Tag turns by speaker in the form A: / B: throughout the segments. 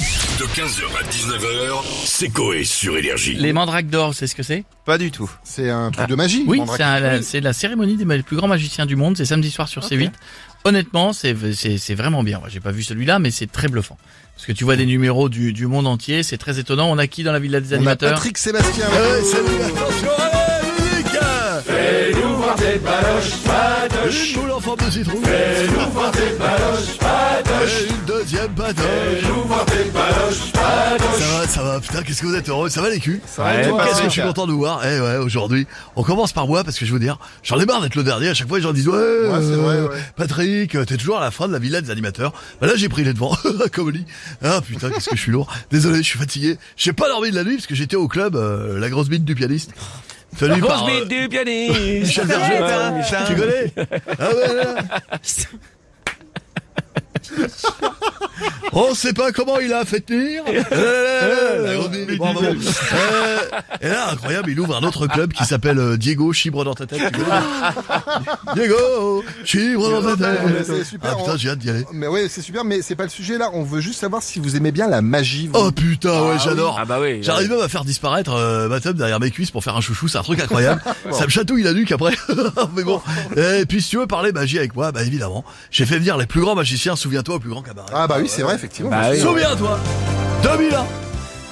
A: De 15h à 19h, c'est Coé sur Énergie.
B: Les mandrakes d'or, c'est ce que c'est
C: Pas du tout.
D: C'est un truc de magie.
B: Oui,
C: Mandrake
B: c'est un- la- c'est la cérémonie des ma- plus grands magiciens du monde, c'est samedi soir sur C8. Honnêtement, c'est c'est- c'est vraiment bien. Moi, J'ai pas vu celui-là, mais c'est très bluffant. Parce que tu vois des numéros du, du monde entier, c'est très étonnant. On a qui dans la villa des
D: On a
B: animateurs
D: Patrick Sébastien.
C: Une boule en forme de citrouille. Et une deuxième patoche. Ça va, ça va. Putain, qu'est-ce que vous êtes heureux. Ça va les culs
D: va, et toi
C: Qu'est-ce que je suis
D: Patrick
C: content de vous voir. Eh ouais, aujourd'hui, on commence par moi parce que je veux dire, j'en ai marre d'être le dernier. À chaque fois, les gens disent ouais,
D: c'est vrai, ouais.
C: Patrick, euh, t'es toujours à la fin de la villa des animateurs. Bah là, j'ai pris les devants, comme on dit. Ah putain, qu'est-ce que je suis lourd. Désolé, je suis fatigué. J'ai pas dormi de la nuit parce que j'étais au club, euh, la grosse bite du pianiste. Salut par, euh,
E: du pianiste.
C: Michel Berger, putain, tu connais Ah ouais, là, là. On sait Oh, pas comment il a fait tenir. Euh, la grosse bite, bon, bon, bon. Euh, Et là, incroyable, il ouvre un autre club qui s'appelle euh, Diego Chibre dans ta tête. tu connais Diego Chibre dans ta
D: Mais
C: tête.
D: c'est super,
C: Ah putain,
D: hein.
C: j'ai hâte d'y aller.
D: Mais ouais, c'est super, mais c'est pas le sujet là. On veut juste savoir si vous aimez bien la magie. vous.
C: Oh putain, ouais, j'adore.
E: Ah bah oui.
C: J'arrive même à faire disparaître euh, ma teub derrière mes cuisses pour faire un chouchou, c'est un truc incroyable. Ça me chatouille la nuque après. Mais bon. Et puis si tu veux parler magie avec moi, bah évidemment, j'ai fait venir les plus grands magiciens, souviens-toi, au plus grand cabaret.
D: Ah bah oui, c'est vrai, effectivement.
E: Bah oui.
C: Souviens-toi 2001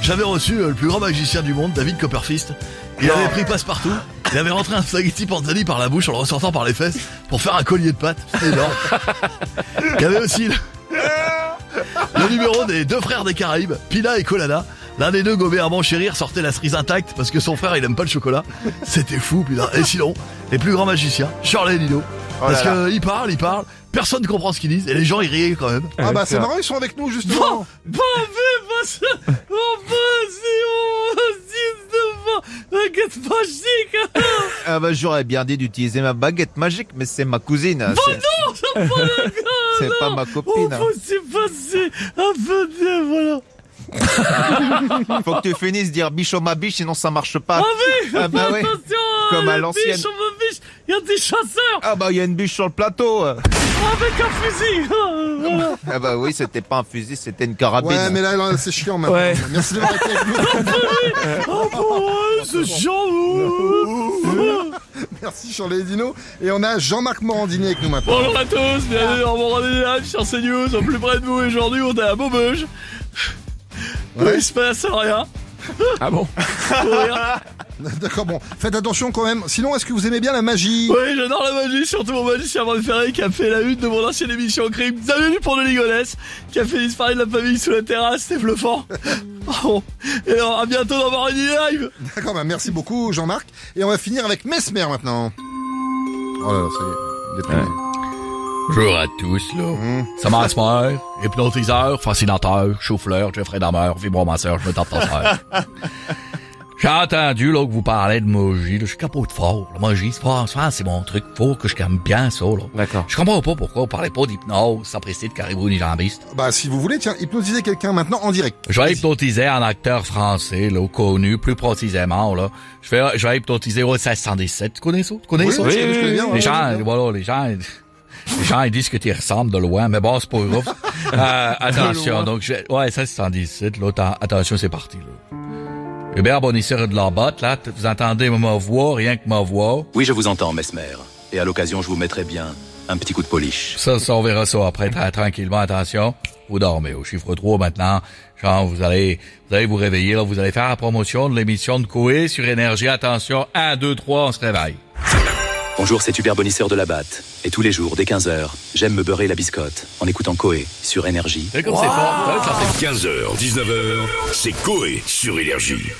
C: J'avais reçu euh, le plus grand magicien du monde, David Copperfist. Il avait pris passe-partout. Il avait rentré un spaghetti panzani par la bouche en le ressortant par les fesses pour faire un collier de pâtes. C'était énorme. Il y avait aussi le, le numéro des deux frères des Caraïbes, Pila et Colada. L'un des deux gobait un chérir, sortait la cerise intacte parce que son frère il aime pas le chocolat. C'était fou, putain. Et sinon, les plus grands magiciens, Charlie et Lino. Parce
D: Oh
C: euh,
D: là
C: qu'ils parlent, ils parlent, personne ne comprend ce qu'ils disent et les gens ils riaient quand même.
D: Ah bah c'est marrant, ils sont avec nous justement.
B: Bon, vu, bon, ça- bon, bon, oh, c'est- on- on- c'est- c'est- bon, c'est magique.
F: Ah bah j'aurais bien dit d'utiliser ma baguette magique, mais c'est ma cousine. c'est- C'est pas ma copine.
B: s'est Oh, passer un peu de... Voilà.
F: Faut que tu finisses de dire biche ma biche, sinon ça marche pas.
B: oui,
F: Ah bah oui.
B: attention, euh,
F: Comme à
B: les
F: l'ancienne.
B: biches, on me biche. Il y a des chasseurs Ah,
F: Ah bah il y a une biche sur le plateau.
B: avec un fusil. Voilà.
F: Ah bah oui, c'était pas un fusil, c'était une carabine.
D: Ouais, mais là, là, c'est chiant maintenant.
E: Ouais.
D: Merci d'avoir été avec nous.
B: Oh, ce chiant
D: Merci Charlie et Dino. Et on a Jean-Marc Morandini avec nous maintenant.
B: Bonjour à tous, bienvenue dans mon rendez-vous live sur CNews, au plus près de vous. Et Aujourd'hui, on est à Maubeuge. Où il se passe rien.
E: Ah bon
B: Faut rire.
D: D'accord, bon, faites attention quand même. Sinon, est-ce que vous aimez bien la magie
B: Oui, j'adore la magie, surtout mon magicien préféré qui a fait la une de mon ancienne émission Crime, Xavier Dupont de Ligonnès, qui a fait disparaître la famille sous la terrasse, c'est bluffant. Bon, et alors, à bientôt dans mon rendez-vous live
D: D'accord, bah merci beaucoup Jean-Marc. Et on va finir avec Mesmer maintenant. Oh là là, ça y est, il est terminé.
B: Bonjour à tous, là. Ça marche pas, hypnotiseur, fascinateur, chauffleur, Jeffrey Dahmer, vibromasseur, je me tape ta sœur. J'ai entendu, là, que vous parlez de magie, là, je suis capote fort. La magie, c'est fort, ça, c'est mon truc, faut que je calme bien ça, là.
E: D'accord.
B: Je comprends pas pourquoi on parlait pas d'hypnose, sapristi de caribou ni jambiste.
D: Bah si vous voulez, tiens, hypnotisez quelqu'un maintenant en direct.
B: Je vais hypnotiser un acteur français, là, connu, plus précisément, là. Je vais, je vais hypnotiser au 1617. Tu connais ça? Tu connais ça?
D: je connais- je connais bien, ouais,
B: Les gens,
D: je connais bien.
B: voilà, les gens, les gens, ils disent que tu ressembles de loin, mais bon, c'est pas grave. Euh, attention, donc, je, ouais, ça, c'est 117, là, atten- attention, c'est parti, là. Hubert Bonisseur de la botte, là, t- vous entendez ma voix, rien que ma voix.
G: Oui, je vous entends, Mesmer. Et à l'occasion, je vous mettrai bien un petit coup de polish.
B: Ça, ça, on verra ça après, tra- tranquillement, attention. Vous dormez au chiffre 3 maintenant. Genre, vous allez, vous allez vous réveiller, là, vous allez faire la promotion de l'émission de Coé sur Énergie. Attention, 1, 2, 3, on se réveille.
G: Bonjour, c'est Hubert Bonisseur de la Batte. Et tous les jours, dès 15h, j'aime me beurrer la biscotte en écoutant Coé sur Énergie.
B: C'est comme c'est fort.
A: 15h, 19h, c'est Coé sur Énergie.